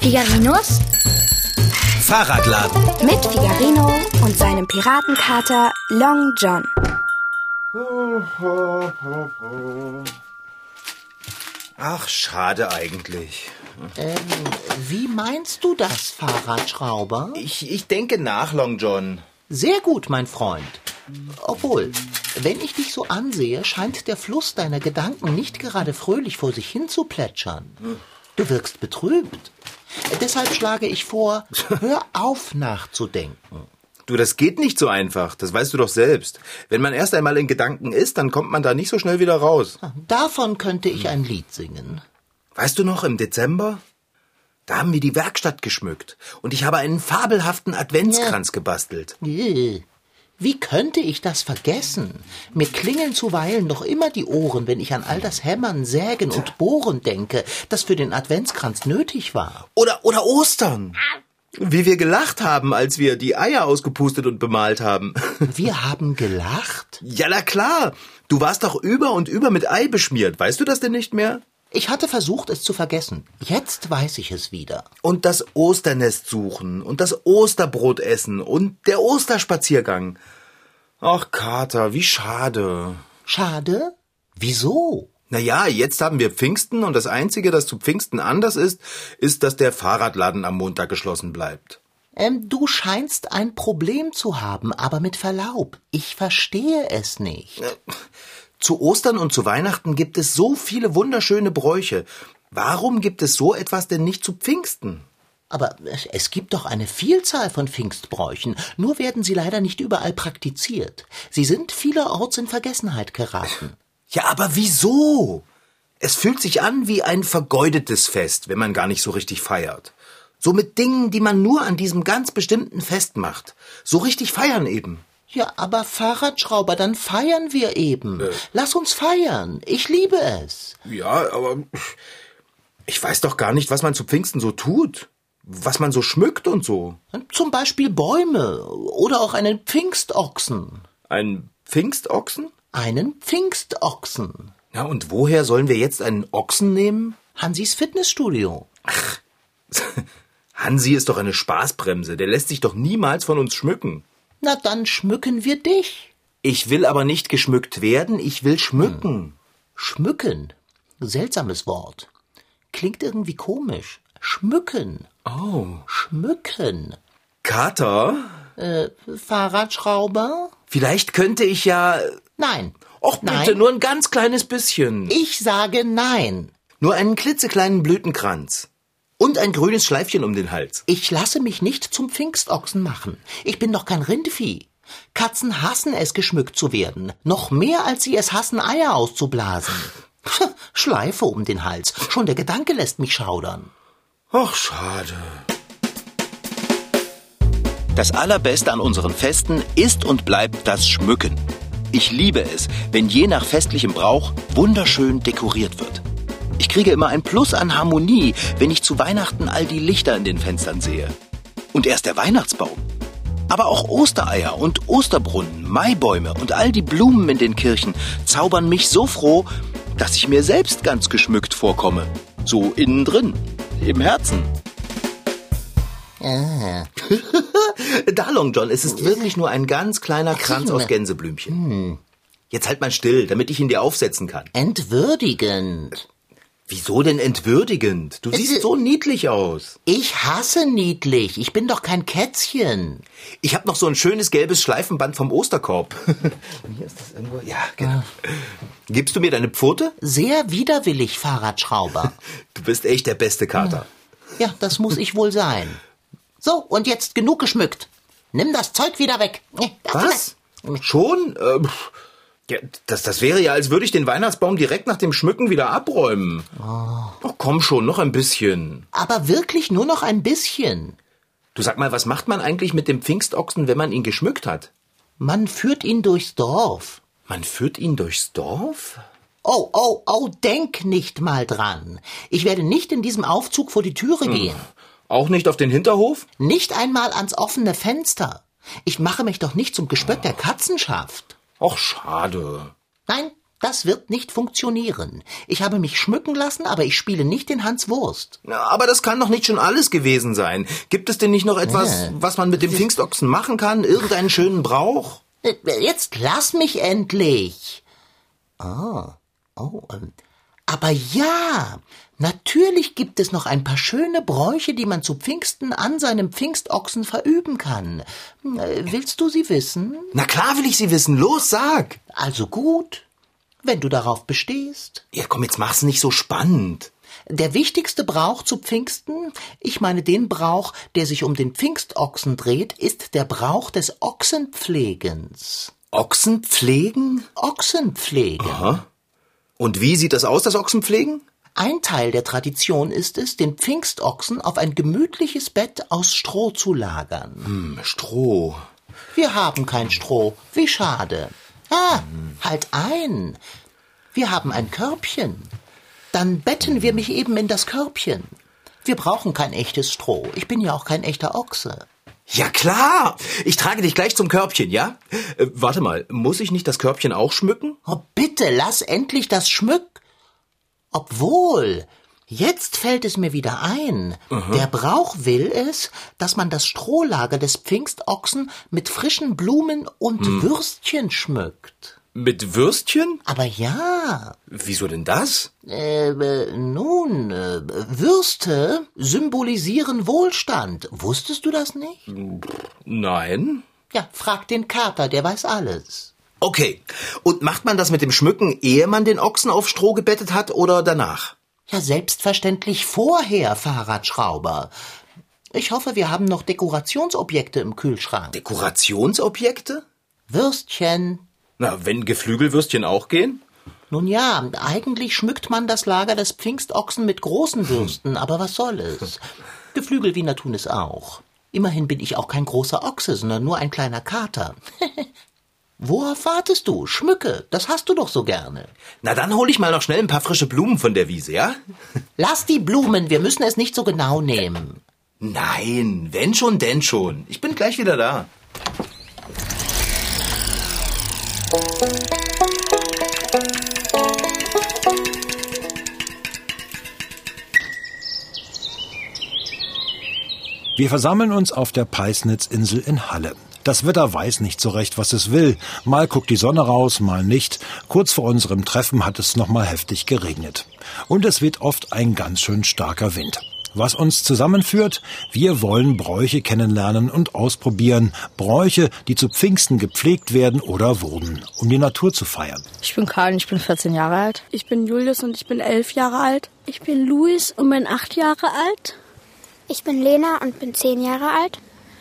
Figarinos Fahrradladen. Mit Figarino und seinem Piratenkater Long John. Ach, schade eigentlich. Ähm, Wie meinst du das, Fahrradschrauber? Ich, ich denke nach, Long John. Sehr gut, mein Freund. Obwohl, wenn ich dich so ansehe, scheint der Fluss deiner Gedanken nicht gerade fröhlich vor sich hin zu plätschern. Du wirkst betrübt. Deshalb schlage ich vor, hör auf nachzudenken. Du, das geht nicht so einfach. Das weißt du doch selbst. Wenn man erst einmal in Gedanken ist, dann kommt man da nicht so schnell wieder raus. Davon könnte ich ein Lied singen. Weißt du noch, im Dezember? Da haben wir die Werkstatt geschmückt. Und ich habe einen fabelhaften Adventskranz gebastelt. Äh, Wie könnte ich das vergessen? Mir klingeln zuweilen noch immer die Ohren, wenn ich an all das Hämmern, Sägen und Bohren denke, das für den Adventskranz nötig war. Oder, oder Ostern. Wie wir gelacht haben, als wir die Eier ausgepustet und bemalt haben. Wir haben gelacht. Ja, na klar. Du warst doch über und über mit Ei beschmiert. Weißt du das denn nicht mehr? Ich hatte versucht, es zu vergessen. Jetzt weiß ich es wieder. Und das Osternest suchen und das Osterbrot essen und der Osterspaziergang. Ach, Kater, wie schade. Schade? Wieso? Naja, jetzt haben wir Pfingsten und das Einzige, das zu Pfingsten anders ist, ist, dass der Fahrradladen am Montag geschlossen bleibt. Ähm, du scheinst ein Problem zu haben, aber mit Verlaub, ich verstehe es nicht. Zu Ostern und zu Weihnachten gibt es so viele wunderschöne Bräuche. Warum gibt es so etwas denn nicht zu Pfingsten? Aber es gibt doch eine Vielzahl von Pfingstbräuchen, nur werden sie leider nicht überall praktiziert. Sie sind vielerorts in Vergessenheit geraten. Ja, aber wieso? Es fühlt sich an wie ein vergeudetes Fest, wenn man gar nicht so richtig feiert. So mit Dingen, die man nur an diesem ganz bestimmten Fest macht. So richtig feiern eben. Ja, aber Fahrradschrauber, dann feiern wir eben. Lass uns feiern. Ich liebe es. Ja, aber ich weiß doch gar nicht, was man zu Pfingsten so tut. Was man so schmückt und so. Zum Beispiel Bäume oder auch einen Pfingstochsen. Ein Pfingstochsen? Einen Pfingstochsen. Na, und woher sollen wir jetzt einen Ochsen nehmen? Hansis Fitnessstudio. Hansi ist doch eine Spaßbremse. Der lässt sich doch niemals von uns schmücken. Na dann schmücken wir dich. Ich will aber nicht geschmückt werden, ich will schmücken. Schmücken. Seltsames Wort. Klingt irgendwie komisch. Schmücken. Oh. Schmücken. Äh, Kater? Fahrradschrauber? Vielleicht könnte ich ja. Nein. Och, nein. bitte, nur ein ganz kleines bisschen. Ich sage nein. Nur einen klitzekleinen Blütenkranz. Und ein grünes Schleifchen um den Hals. Ich lasse mich nicht zum Pfingstochsen machen. Ich bin doch kein Rindvieh. Katzen hassen es, geschmückt zu werden. Noch mehr, als sie es hassen, Eier auszublasen. Schleife um den Hals. Schon der Gedanke lässt mich schaudern. Ach, schade. Das Allerbeste an unseren Festen ist und bleibt das Schmücken. Ich liebe es, wenn je nach festlichem Brauch wunderschön dekoriert wird. Ich kriege immer ein Plus an Harmonie, wenn ich zu Weihnachten all die Lichter in den Fenstern sehe. Und erst der Weihnachtsbaum. Aber auch Ostereier und Osterbrunnen, Maibäume und all die Blumen in den Kirchen zaubern mich so froh, dass ich mir selbst ganz geschmückt vorkomme. So innen drin, im Herzen. Ah, Da, Long John, es ist wirklich nur ein ganz kleiner Kranz aus Gänseblümchen. Jetzt halt mal still, damit ich ihn dir aufsetzen kann. Entwürdigend. Wieso denn entwürdigend? Du siehst so niedlich aus. Ich hasse niedlich. Ich bin doch kein Kätzchen. Ich hab noch so ein schönes gelbes Schleifenband vom Osterkorb. Hier ist das irgendwo. Ja, genau. Gibst du mir deine Pfote? Sehr widerwillig, Fahrradschrauber. Du bist echt der beste Kater. Ja, das muss ich wohl sein. So, und jetzt genug geschmückt. Nimm das Zeug wieder weg. Was? Schon? Äh, pff. ja, das, das wäre ja, als würde ich den Weihnachtsbaum direkt nach dem Schmücken wieder abräumen. Oh, komm schon, noch ein bisschen. Aber wirklich nur noch ein bisschen. Du sag mal, was macht man eigentlich mit dem Pfingstochsen, wenn man ihn geschmückt hat? Man führt ihn durchs Dorf. Man führt ihn durchs Dorf? Oh, oh, oh, denk nicht mal dran. Ich werde nicht in diesem Aufzug vor die Türe gehen. Auch nicht auf den Hinterhof? Nicht einmal ans offene Fenster. Ich mache mich doch nicht zum Gespött der Katzenschaft. Och, schade. Nein, Das wird nicht funktionieren. Ich habe mich schmücken lassen, aber ich spiele nicht den Hans Wurst. Na, aber das kann doch nicht schon alles gewesen sein. Gibt es denn nicht noch etwas, Ja. was man mit dem Pfingstochsen machen kann? Irgendeinen schönen Brauch? Äh, Jetzt lass mich endlich. Ah, oh, ähm. Aber ja, natürlich gibt es noch ein paar schöne Bräuche, die man zu Pfingsten an seinem Pfingstochsen verüben kann. Äh, Willst du sie wissen? Na klar will ich sie wissen. Los, sag! Also gut, wenn du darauf bestehst. Ja, komm, jetzt mach's nicht so spannend. Der wichtigste Brauch zu Pfingsten, ich meine den Brauch, der sich um den Pfingstochsen dreht, ist der Brauch des Ochsenpflegens. Ochsen pflegen? Ochsenpflege. Und wie sieht das aus, das Ochsenpflegen? Ein Teil der Tradition ist es, den Pfingstochsen auf ein gemütliches Bett aus Stroh zu lagern. Hm, Stroh. Wir haben kein Stroh, wie schade. Ah, halt ein. Wir haben ein Körbchen. Dann betten wir mich eben in das Körbchen. Wir brauchen kein echtes Stroh. Ich bin ja auch kein echter Ochse. Ja klar! Ich trage dich gleich zum Körbchen, ja? Äh, warte mal, muss ich nicht das Körbchen auch schmücken? Oh, bitte lass endlich das Schmück. Obwohl, jetzt fällt es mir wieder ein. Der Brauch will es, dass man das Strohlager des Pfingstochsen mit frischen Blumen und Würstchen schmückt. Mit Würstchen? Aber ja, Wieso denn das? äh, äh, nun, äh, Würste symbolisieren Wohlstand. Wusstest du das nicht? Nein. Ja, frag den Kater, der weiß alles. Okay. Und macht man das mit dem Schmücken, ehe man den Ochsen auf Stroh gebettet hat oder danach? Ja, selbstverständlich vorher, Fahrradschrauber. Ich hoffe, wir haben noch Dekorationsobjekte im Kühlschrank. Dekorationsobjekte? Würstchen. Na, wenn Geflügelwürstchen auch gehen? Nun ja, eigentlich schmückt man das Lager des Pfingstochsen mit großen Würsten, aber was soll es? Geflügelwiener tun es auch. Immerhin bin ich auch kein großer Ochse, sondern nur ein kleiner Kater. Worauf wartest du? Schmücke, das hast du doch so gerne. Na, dann hol ich mal noch schnell ein paar frische Blumen von der Wiese, ja? Lass die Blumen, wir müssen es nicht so genau nehmen. Nein, wenn schon, denn schon. Ich bin gleich wieder da. Wir versammeln uns auf der Peisnitzinsel in Halle. Das Wetter weiß nicht so recht, was es will. Mal guckt die Sonne raus, mal nicht. Kurz vor unserem Treffen hat es nochmal heftig geregnet. Und es weht oft ein ganz schön starker Wind. Was uns zusammenführt? Wir wollen Bräuche kennenlernen und ausprobieren. Bräuche, die zu Pfingsten gepflegt werden oder wurden, um die Natur zu feiern. Ich bin Karin, ich bin 14 Jahre alt. Ich bin Julius und ich bin elf Jahre alt. Ich bin Luis und bin 8 Jahre alt. Ich bin Lena und bin zehn Jahre alt.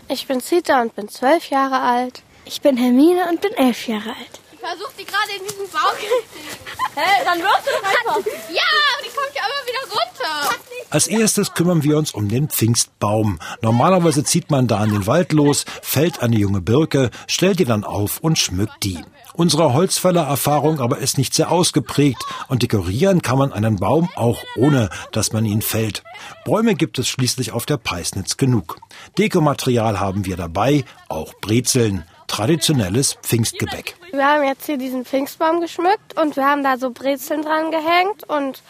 Ich bin Zita und bin zwölf Jahre alt. Ich bin Hermine und bin 11 Jahre alt. Ich versuche die gerade in diesen Baum zu kriegen. Hey, dann wirst du einfach. Ja, aber die kommt ja immer wieder runter. Als erstes kümmern wir uns um den Pfingstbaum. Normalerweise zieht man da in den Wald los, fällt eine junge Birke, stellt die dann auf und schmückt die. Unsere Holzfällererfahrung aber ist nicht sehr ausgeprägt und dekorieren kann man einen Baum auch ohne, dass man ihn fällt. Bäume gibt es schließlich auf der Peisnitz genug. Dekomaterial haben wir dabei, auch Brezeln, traditionelles Pfingstgebäck. Wir haben jetzt hier diesen Pfingstbaum geschmückt und wir haben da so Brezeln dran gehängt und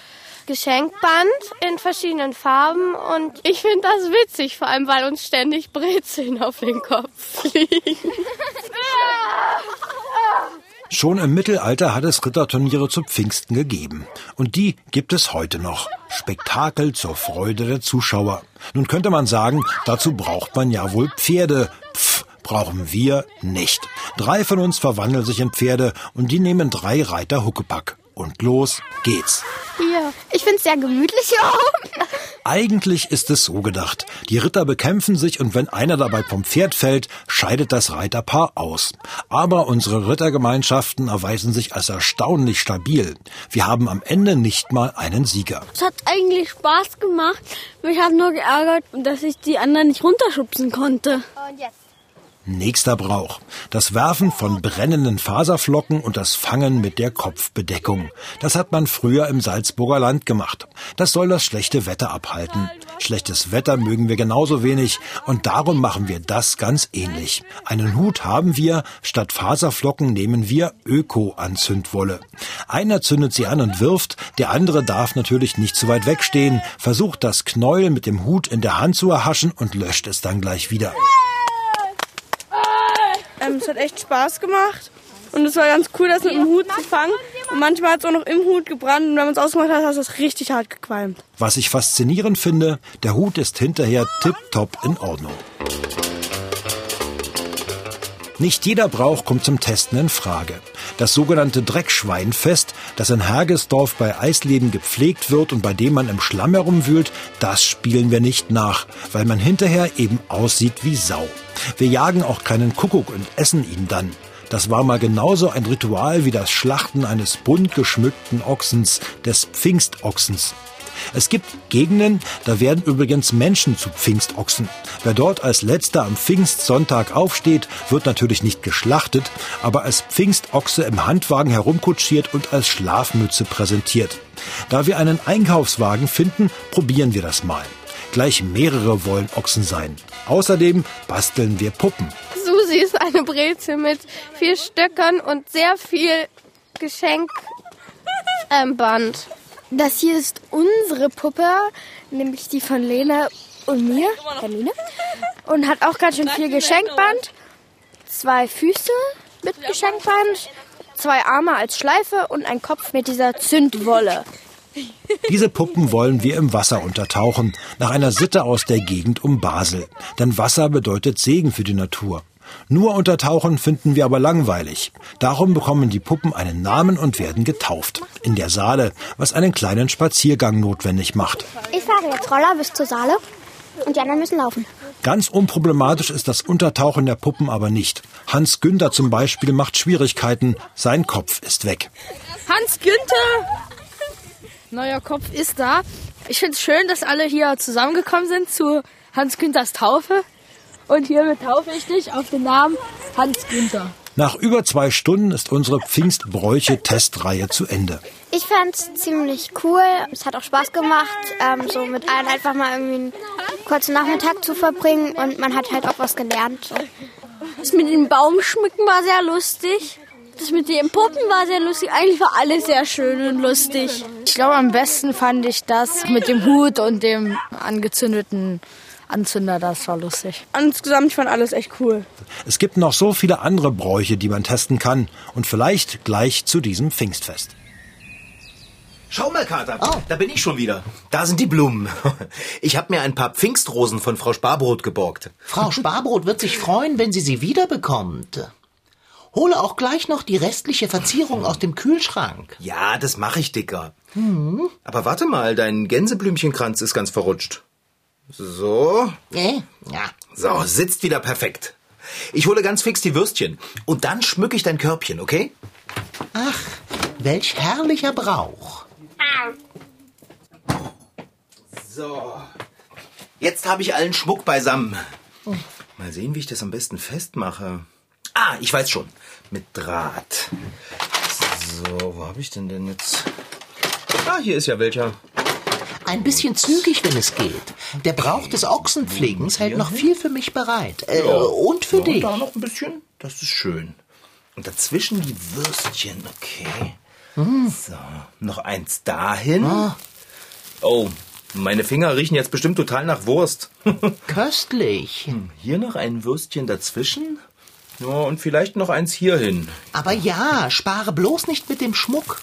Geschenkband in verschiedenen Farben und ich finde das witzig, vor allem weil uns ständig Brezeln auf den Kopf fliegen. Schon im Mittelalter hat es Ritterturniere zu Pfingsten gegeben. Und die gibt es heute noch. Spektakel zur Freude der Zuschauer. Nun könnte man sagen, dazu braucht man ja wohl Pferde. Pff, brauchen wir nicht. Drei von uns verwandeln sich in Pferde und die nehmen drei Reiter Huckepack. Und los geht's. Hier, ich finde es sehr gemütlich hier oben. Eigentlich ist es so gedacht. Die Ritter bekämpfen sich und wenn einer dabei vom Pferd fällt, scheidet das Reiterpaar aus. Aber unsere Rittergemeinschaften erweisen sich als erstaunlich stabil. Wir haben am Ende nicht mal einen Sieger. Es hat eigentlich Spaß gemacht. Mich hat nur geärgert, dass ich die anderen nicht runterschubsen konnte. Und jetzt. Nächster Brauch. Das Werfen von brennenden Faserflocken und das Fangen mit der Kopfbedeckung. Das hat man früher im Salzburger Land gemacht. Das soll das schlechte Wetter abhalten. Schlechtes Wetter mögen wir genauso wenig und darum machen wir das ganz ähnlich. Einen Hut haben wir, statt Faserflocken nehmen wir Öko-Anzündwolle. Einer zündet sie an und wirft, der andere darf natürlich nicht zu weit wegstehen, versucht das Knäuel mit dem Hut in der Hand zu erhaschen und löscht es dann gleich wieder. Ähm, es hat echt Spaß gemacht. Und es war ganz cool, das mit dem Hut zu fangen. Und manchmal hat es auch noch im Hut gebrannt. Und wenn man es ausgemacht hat, hat es richtig hart gequalmt. Was ich faszinierend finde, der Hut ist hinterher tipptopp in Ordnung. Nicht jeder Brauch kommt zum Testen in Frage. Das sogenannte Dreckschweinfest, das in Hergesdorf bei Eisleben gepflegt wird und bei dem man im Schlamm herumwühlt, das spielen wir nicht nach, weil man hinterher eben aussieht wie Sau. Wir jagen auch keinen Kuckuck und essen ihn dann. Das war mal genauso ein Ritual wie das Schlachten eines bunt geschmückten Ochsens, des Pfingstochsens. Es gibt Gegenden, da werden übrigens Menschen zu Pfingstochsen. Wer dort als letzter am Pfingstsonntag aufsteht, wird natürlich nicht geschlachtet, aber als Pfingstochse im Handwagen herumkutschiert und als Schlafmütze präsentiert. Da wir einen Einkaufswagen finden, probieren wir das mal. Gleich mehrere wollen Ochsen sein. Außerdem basteln wir Puppen. Susi ist eine Brezel mit vier Stöckern und sehr viel Geschenkband. Ähm, Band. Das hier ist unsere Puppe, nämlich die von Lena und mir, Hermine. Und hat auch ganz schön viel Geschenkband. Zwei Füße mit Geschenkband, zwei Arme als Schleife und ein Kopf mit dieser Zündwolle. Diese Puppen wollen wir im Wasser untertauchen, nach einer Sitte aus der Gegend um Basel. Denn Wasser bedeutet Segen für die Natur. Nur untertauchen finden wir aber langweilig. Darum bekommen die Puppen einen Namen und werden getauft. In der Saale, was einen kleinen Spaziergang notwendig macht. Ich fahre jetzt Roller bis zur Saale und die anderen müssen laufen. Ganz unproblematisch ist das Untertauchen der Puppen aber nicht. Hans Günther zum Beispiel macht Schwierigkeiten. Sein Kopf ist weg. Hans Günther! Neuer Kopf ist da. Ich finde es schön, dass alle hier zusammengekommen sind zu Hans Günthers Taufe. Und hiermit taufe ich dich auf den Namen Hans Günther. Nach über zwei Stunden ist unsere Pfingstbräuche-Testreihe zu Ende. Ich fand's ziemlich cool. Es hat auch Spaß gemacht, ähm, so mit allen einfach mal irgendwie einen kurzen Nachmittag zu verbringen. Und man hat halt auch was gelernt. So. Das mit dem Baumschmücken war sehr lustig. Das mit den Puppen war sehr lustig. Eigentlich war alles sehr schön und lustig. Ich glaube, am besten fand ich das mit dem Hut und dem angezündeten Anzünder. Das war lustig. Insgesamt fand alles echt cool. Es gibt noch so viele andere Bräuche, die man testen kann. Und vielleicht gleich zu diesem Pfingstfest. Schau mal, Kater, da bin ich schon wieder. Da sind die Blumen. Ich habe mir ein paar Pfingstrosen von Frau Sparbrot geborgt. Frau Sparbrot wird sich freuen, wenn sie sie wiederbekommt. Hole auch gleich noch die restliche Verzierung aus dem Kühlschrank. Ja, das mache ich, Dicker. Aber warte mal, dein Gänseblümchenkranz ist ganz verrutscht. So. Äh, ja. So, sitzt wieder perfekt. Ich hole ganz fix die Würstchen. Und dann schmücke ich dein Körbchen, okay? Ach, welch herrlicher Brauch. So. Jetzt habe ich allen Schmuck beisammen. Mal sehen, wie ich das am besten festmache. Ah, ich weiß schon. Mit Draht. So, wo habe ich denn denn jetzt? Ah, hier ist ja welcher. Ein bisschen zügig, wenn es geht. Der Brauch des Ochsenpflegens hält noch viel für mich bereit. Äh, und für Ja, dich. Da noch ein bisschen. Das ist schön. Und dazwischen die Würstchen, okay. So, noch eins dahin. Oh, meine Finger riechen jetzt bestimmt total nach Wurst. Köstlich. Hier noch ein Würstchen dazwischen. Ja, und vielleicht noch eins hierhin. Aber ja, spare bloß nicht mit dem Schmuck.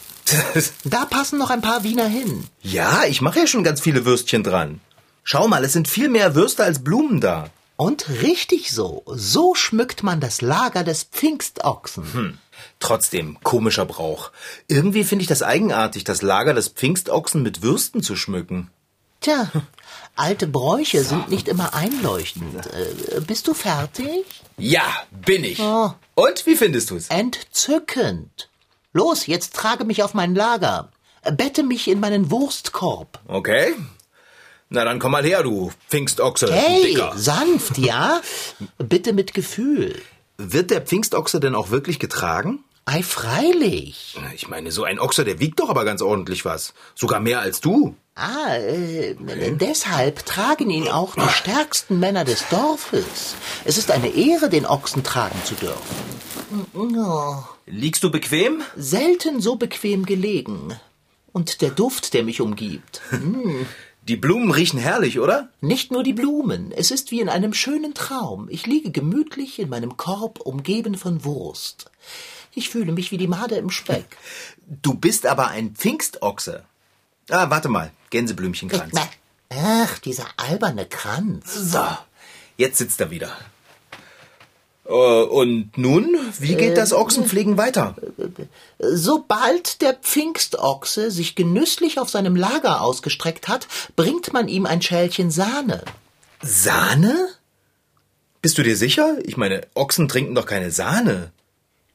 Da passen noch ein paar Wiener hin. ja, ich mache ja schon ganz viele Würstchen dran. Schau mal, es sind viel mehr Würste als Blumen da. Und richtig so. So schmückt man das Lager des Pfingstochsen. Trotzdem, komischer Brauch. Irgendwie finde ich das eigenartig, das Lager des Pfingstochsen mit Würsten zu schmücken. Tja, alte Bräuche sind nicht immer einleuchtend. Äh, bist du fertig? Ja, bin ich. Und wie findest du's? Entzückend. Los, jetzt trage mich auf mein Lager. Bette mich in meinen Wurstkorb. Okay. Na dann komm mal her, du Pfingstochse. Hey, Äh, Dicker. sanft, ja? Bitte mit Gefühl. Wird der Pfingstochse denn auch wirklich getragen? Ei, freilich. Na, Ich meine, so ein Ochse, der wiegt doch aber ganz ordentlich was. Sogar mehr als du. Ah, äh, deshalb tragen ihn auch die stärksten Männer des Dorfes. Es ist eine Ehre, den Ochsen tragen zu dürfen. Ja. Liegst du bequem? Selten so bequem gelegen. Und der Duft, der mich umgibt. Hm. Die Blumen riechen herrlich, oder? Nicht nur die Blumen, es ist wie in einem schönen Traum. Ich liege gemütlich in meinem Korb, umgeben von Wurst. Ich fühle mich wie die Made im Speck. Du bist aber ein Pfingstochse. Ah, warte mal. Gänseblümchenkranz. Ach, dieser alberne Kranz. So, jetzt sitzt er wieder. Äh, und nun, wie geht das Ochsenpflegen weiter? Sobald der Pfingstochse sich genüsslich auf seinem Lager ausgestreckt hat, bringt man ihm ein Schälchen Sahne. Sahne? Bist du dir sicher? Ich meine, Ochsen trinken doch keine Sahne.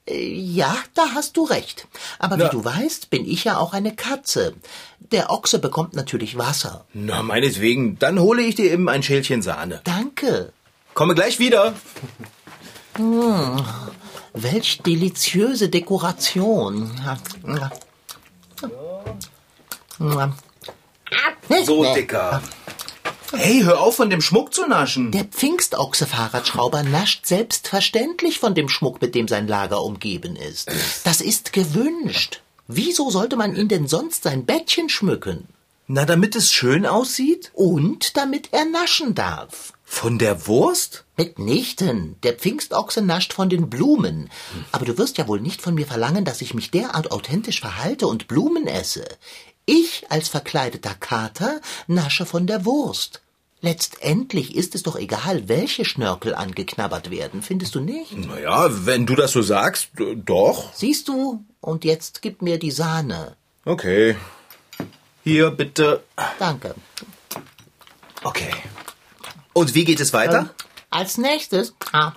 Äh, Ja, da hast du recht. Aber Na. wie du weißt, bin ich ja auch eine Katze. Der Ochse bekommt natürlich Wasser. Na, meinetwegen, dann hole ich dir eben ein Schälchen Sahne. Danke. Komme gleich wieder. Welch deliziöse Dekoration. So, Dicker. Hey, hör auf, von dem Schmuck zu naschen. Der Pfingstochse-Fahrradschrauber nascht selbstverständlich von dem Schmuck, mit dem sein Lager umgeben ist. Das ist gewünscht. Wieso sollte man ihn denn sonst sein Bettchen schmücken? Na, damit es schön aussieht? Und damit er naschen darf. Von der Wurst? Mitnichten. Der Pfingstochse nascht von den Blumen. Aber du wirst ja wohl nicht von mir verlangen, dass ich mich derart authentisch verhalte und Blumen esse. Ich als verkleideter Kater nasche von der Wurst. Letztendlich ist es doch egal, welche Schnörkel angeknabbert werden, findest du nicht? Naja, wenn du das so sagst, äh, doch. Siehst du? Und jetzt gib mir die Sahne. Okay. Hier, bitte. Danke. Okay. Und wie geht es weiter? Ähm, Als nächstes ah,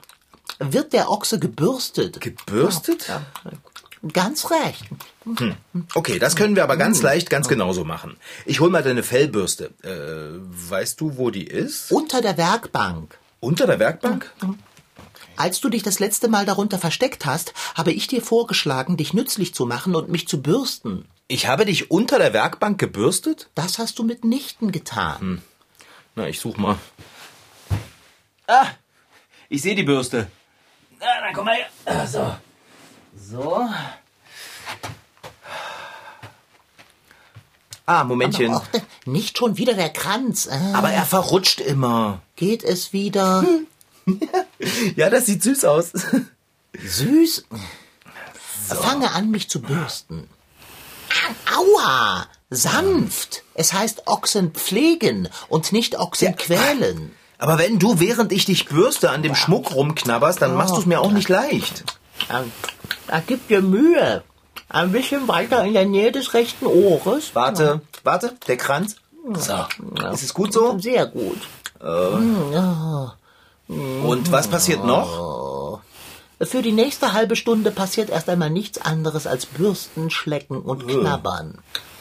wird der Ochse gebürstet. Ähm, Gebürstet? Ganz recht. Okay, das können wir aber ganz leicht ganz genauso machen. Ich hol mal deine Fellbürste. Äh, weißt du, wo die ist? Unter der Werkbank. Unter der Werkbank? Als du dich das letzte Mal darunter versteckt hast, habe ich dir vorgeschlagen, dich nützlich zu machen und mich zu bürsten. Ich habe dich unter der Werkbank gebürstet? Das hast du mitnichten getan. Hm, Na, ich such mal. Ah, ich sehe die Bürste. Na, dann komm mal her. Ah, So. So. Ah, Momentchen. Och, ne, nicht schon wieder der Kranz. Äh, Aber er Hm. verrutscht immer. geht es wieder Ja, das sieht süß aus. süß? Fange an, mich zu bürsten. Ah, Aua! Sanft! Es heißt Ochsen pflegen und nicht Ochsen quälen. Aber wenn du, während ich dich bürste, an dem Schmuck rumknabberst, dann machst du es mir auch nicht leicht. Ähm, Das gibt dir Mühe. Ein bisschen weiter in der Nähe des rechten Ohres. Warte, warte, der Kranz. So. Ist es gut so? Sehr gut. Und was passiert noch? Für die nächste halbe Stunde passiert erst einmal nichts anderes als Bürsten, Schlecken und Hm. Knabbern.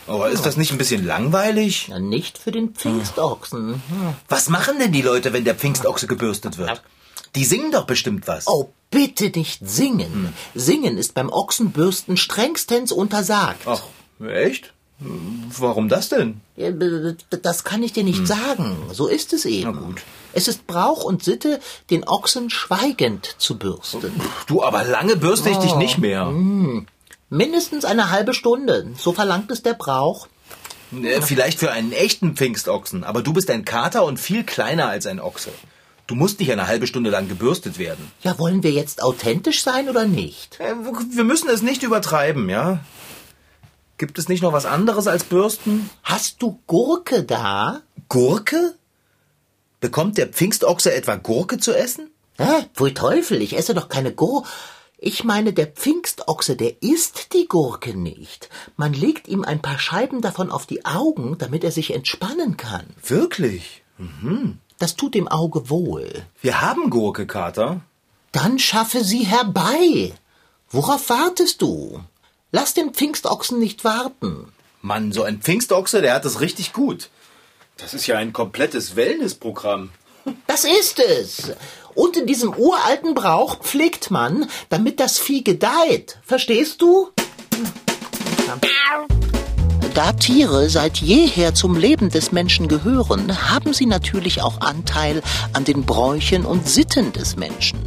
Oh, ist das nicht ein bisschen langweilig? Na, Nicht für den Pfingstochsen. Was machen denn die Leute, wenn der Pfingstochse gebürstet wird? Die singen doch bestimmt was. Oh, bitte nicht Hm. singen. Singen ist beim Ochsenbürsten strengstens untersagt. Ach, echt? Warum das denn? Ja, b- b- Das kann ich dir Hm. nicht sagen. So ist es eben. Es ist Brauch und Sitte, den Ochsen schweigend zu bürsten. Du, aber lange bürste ich dich nicht mehr. Mindestens eine halbe Stunde. So verlangt es der Brauch. Äh, Vielleicht für einen echten Pfingstochsen, aber du bist ein Kater und viel kleiner als ein Ochse. Du musst nicht eine halbe Stunde lang gebürstet werden. Ja, wollen wir jetzt authentisch sein oder nicht? Äh, Wir müssen es nicht übertreiben, ja? Gibt es nicht noch was anderes als Bürsten? Hast du Gurke da? Gurke? Bekommt der Pfingstochse etwa Gurke zu essen? Hä? Pfui Teufel, ich esse doch keine Gurke. Ich meine, der Pfingstochse, der isst die Gurke nicht. Man legt ihm ein paar Scheiben davon auf die Augen, damit er sich entspannen kann. Wirklich? Das tut dem Auge wohl. Wir haben Gurke, Kater. Dann schaffe sie herbei. Worauf wartest du? Lass den Pfingstochsen nicht warten. Mann, so ein Pfingstochse, der hat es richtig gut. Das ist ja ein komplettes Wellnessprogramm. Das ist es. Und in diesem uralten Brauch pflegt man, damit das Vieh gedeiht. Verstehst du? Da Tiere seit jeher zum Leben des Menschen gehören, haben sie natürlich auch Anteil an den Bräuchen und Sitten des Menschen.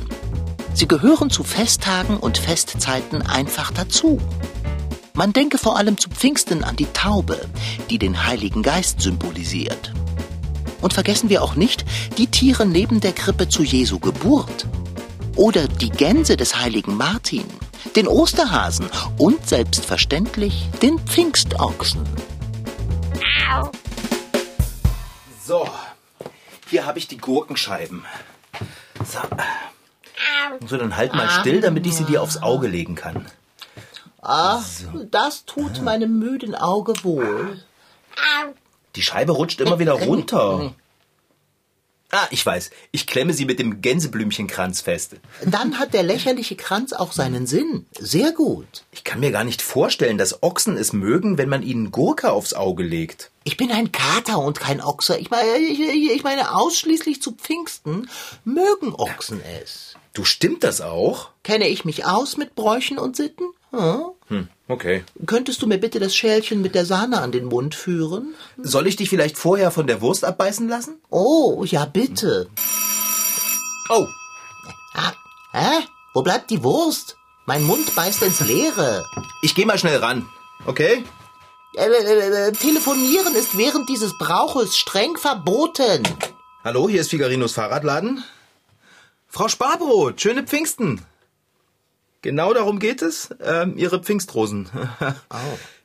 Sie gehören zu Festtagen und Festzeiten einfach dazu. Man denke vor allem zu Pfingsten an die Taube, die den Heiligen Geist symbolisiert. Und vergessen wir auch nicht die Tiere neben der Krippe zu Jesu Geburt. Oder die Gänse des heiligen Martin, den Osterhasen und selbstverständlich den Pfingstochsen. So, hier habe ich die Gurkenscheiben. So. so, dann halt mal still, damit ich sie dir aufs Auge legen kann. Ach, das tut meinem müden Auge wohl. Äh, Die Scheibe rutscht immer wieder runter. Ah, ich weiß. Ich klemme sie mit dem Gänseblümchenkranz fest. Dann hat der lächerliche Kranz auch seinen Sinn. Sehr gut. Ich kann mir gar nicht vorstellen, dass Ochsen es mögen, wenn man ihnen Gurke aufs Auge legt. Ich bin ein Kater und kein Ochse. Ich meine, ich, ich meine ausschließlich zu Pfingsten mögen Ochsen es. Du stimmt das auch? Kenne ich mich aus mit Bräuchen und Sitten? Hm? Hm, okay. Könntest du mir bitte das Schälchen mit der Sahne an den Mund führen? Soll ich dich vielleicht vorher von der Wurst abbeißen lassen? Oh, ja bitte. Oh. Ah, hä? Wo bleibt die Wurst? Mein Mund beißt ins Leere. Ich geh mal schnell ran. Okay? Äh, äh, äh, telefonieren ist während dieses Brauches streng verboten. Hallo, hier ist Figarinos Fahrradladen. Frau Sparbrot, schöne Pfingsten. Genau darum geht es, ähm, Ihre Pfingstrosen.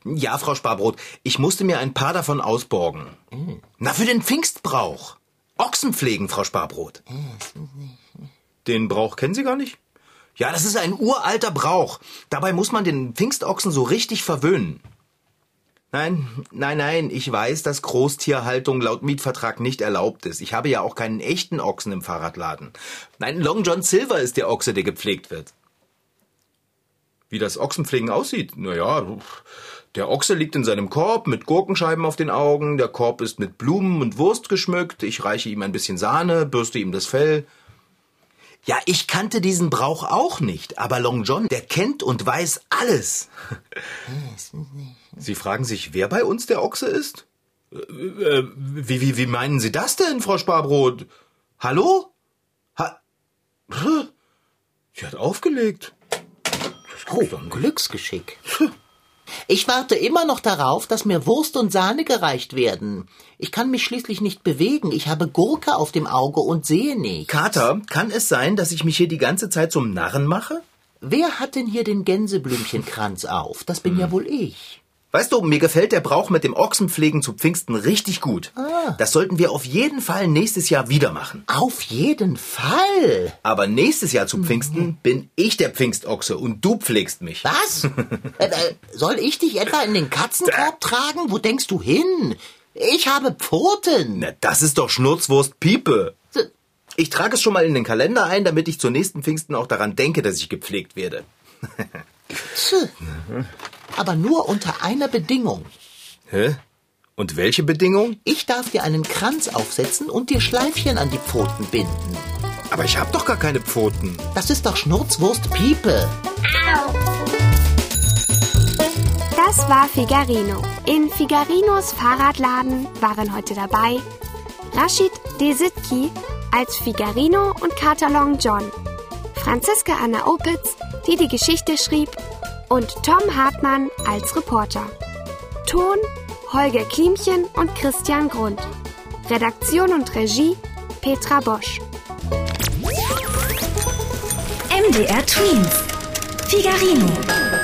Oh. Ja, Frau Sparbrot, ich musste mir ein paar davon ausborgen. Mm. Na, für den Pfingstbrauch. Ochsen pflegen, Frau Sparbrot. Mm. Den Brauch kennen Sie gar nicht? Ja, das ist ein uralter Brauch. Dabei muss man den Pfingstochsen so richtig verwöhnen. Nein, nein, nein, ich weiß, dass Großtierhaltung laut Mietvertrag nicht erlaubt ist. Ich habe ja auch keinen echten Ochsen im Fahrradladen. Nein, Long John Silver ist der Ochse, der gepflegt wird wie das Ochsenpflegen aussieht. Naja, der Ochse liegt in seinem Korb mit Gurkenscheiben auf den Augen, der Korb ist mit Blumen und Wurst geschmückt, ich reiche ihm ein bisschen Sahne, bürste ihm das Fell. Ja, ich kannte diesen Brauch auch nicht, aber Long John, der kennt und weiß alles. Sie fragen sich, wer bei uns der Ochse ist? Äh, wie, wie, wie meinen Sie das denn, Frau Sparbrot? Hallo? Ha Sie hat aufgelegt. Oh, Glücksgeschick. Ich warte immer noch darauf, dass mir Wurst und Sahne gereicht werden. Ich kann mich schließlich nicht bewegen. Ich habe Gurke auf dem Auge und sehe nicht. Kater, kann es sein, dass ich mich hier die ganze Zeit zum Narren mache? Wer hat denn hier den Gänseblümchenkranz auf? Das bin hm. ja wohl ich. Weißt du, mir gefällt der Brauch mit dem Ochsenpflegen zu Pfingsten richtig gut. Ah. Das sollten wir auf jeden Fall nächstes Jahr wieder machen. Auf jeden Fall. Aber nächstes Jahr zu Pfingsten mhm. bin ich der Pfingstochse und du pflegst mich. Was? äh, äh, soll ich dich etwa in den Katzenkorb tragen? Wo denkst du hin? Ich habe Pfoten. Na, das ist doch Schnurzwurst Piepe. Ich trage es schon mal in den Kalender ein, damit ich zur nächsten Pfingsten auch daran denke, dass ich gepflegt werde. aber nur unter einer Bedingung. Hä? Und welche Bedingung? Ich darf dir einen Kranz aufsetzen und dir Schleifchen an die Pfoten binden. Aber ich hab doch gar keine Pfoten. Das ist doch Schnurzwurst Piepe. Das war Figarino. In Figarinos Fahrradladen waren heute dabei Rashid Desitki als Figarino und Katalon John, Franziska Anna Opitz, die die Geschichte schrieb und Tom Hartmann als Reporter. Ton Holger Klimchen und Christian Grund. Redaktion und Regie Petra Bosch. MDR Twins. Figarino.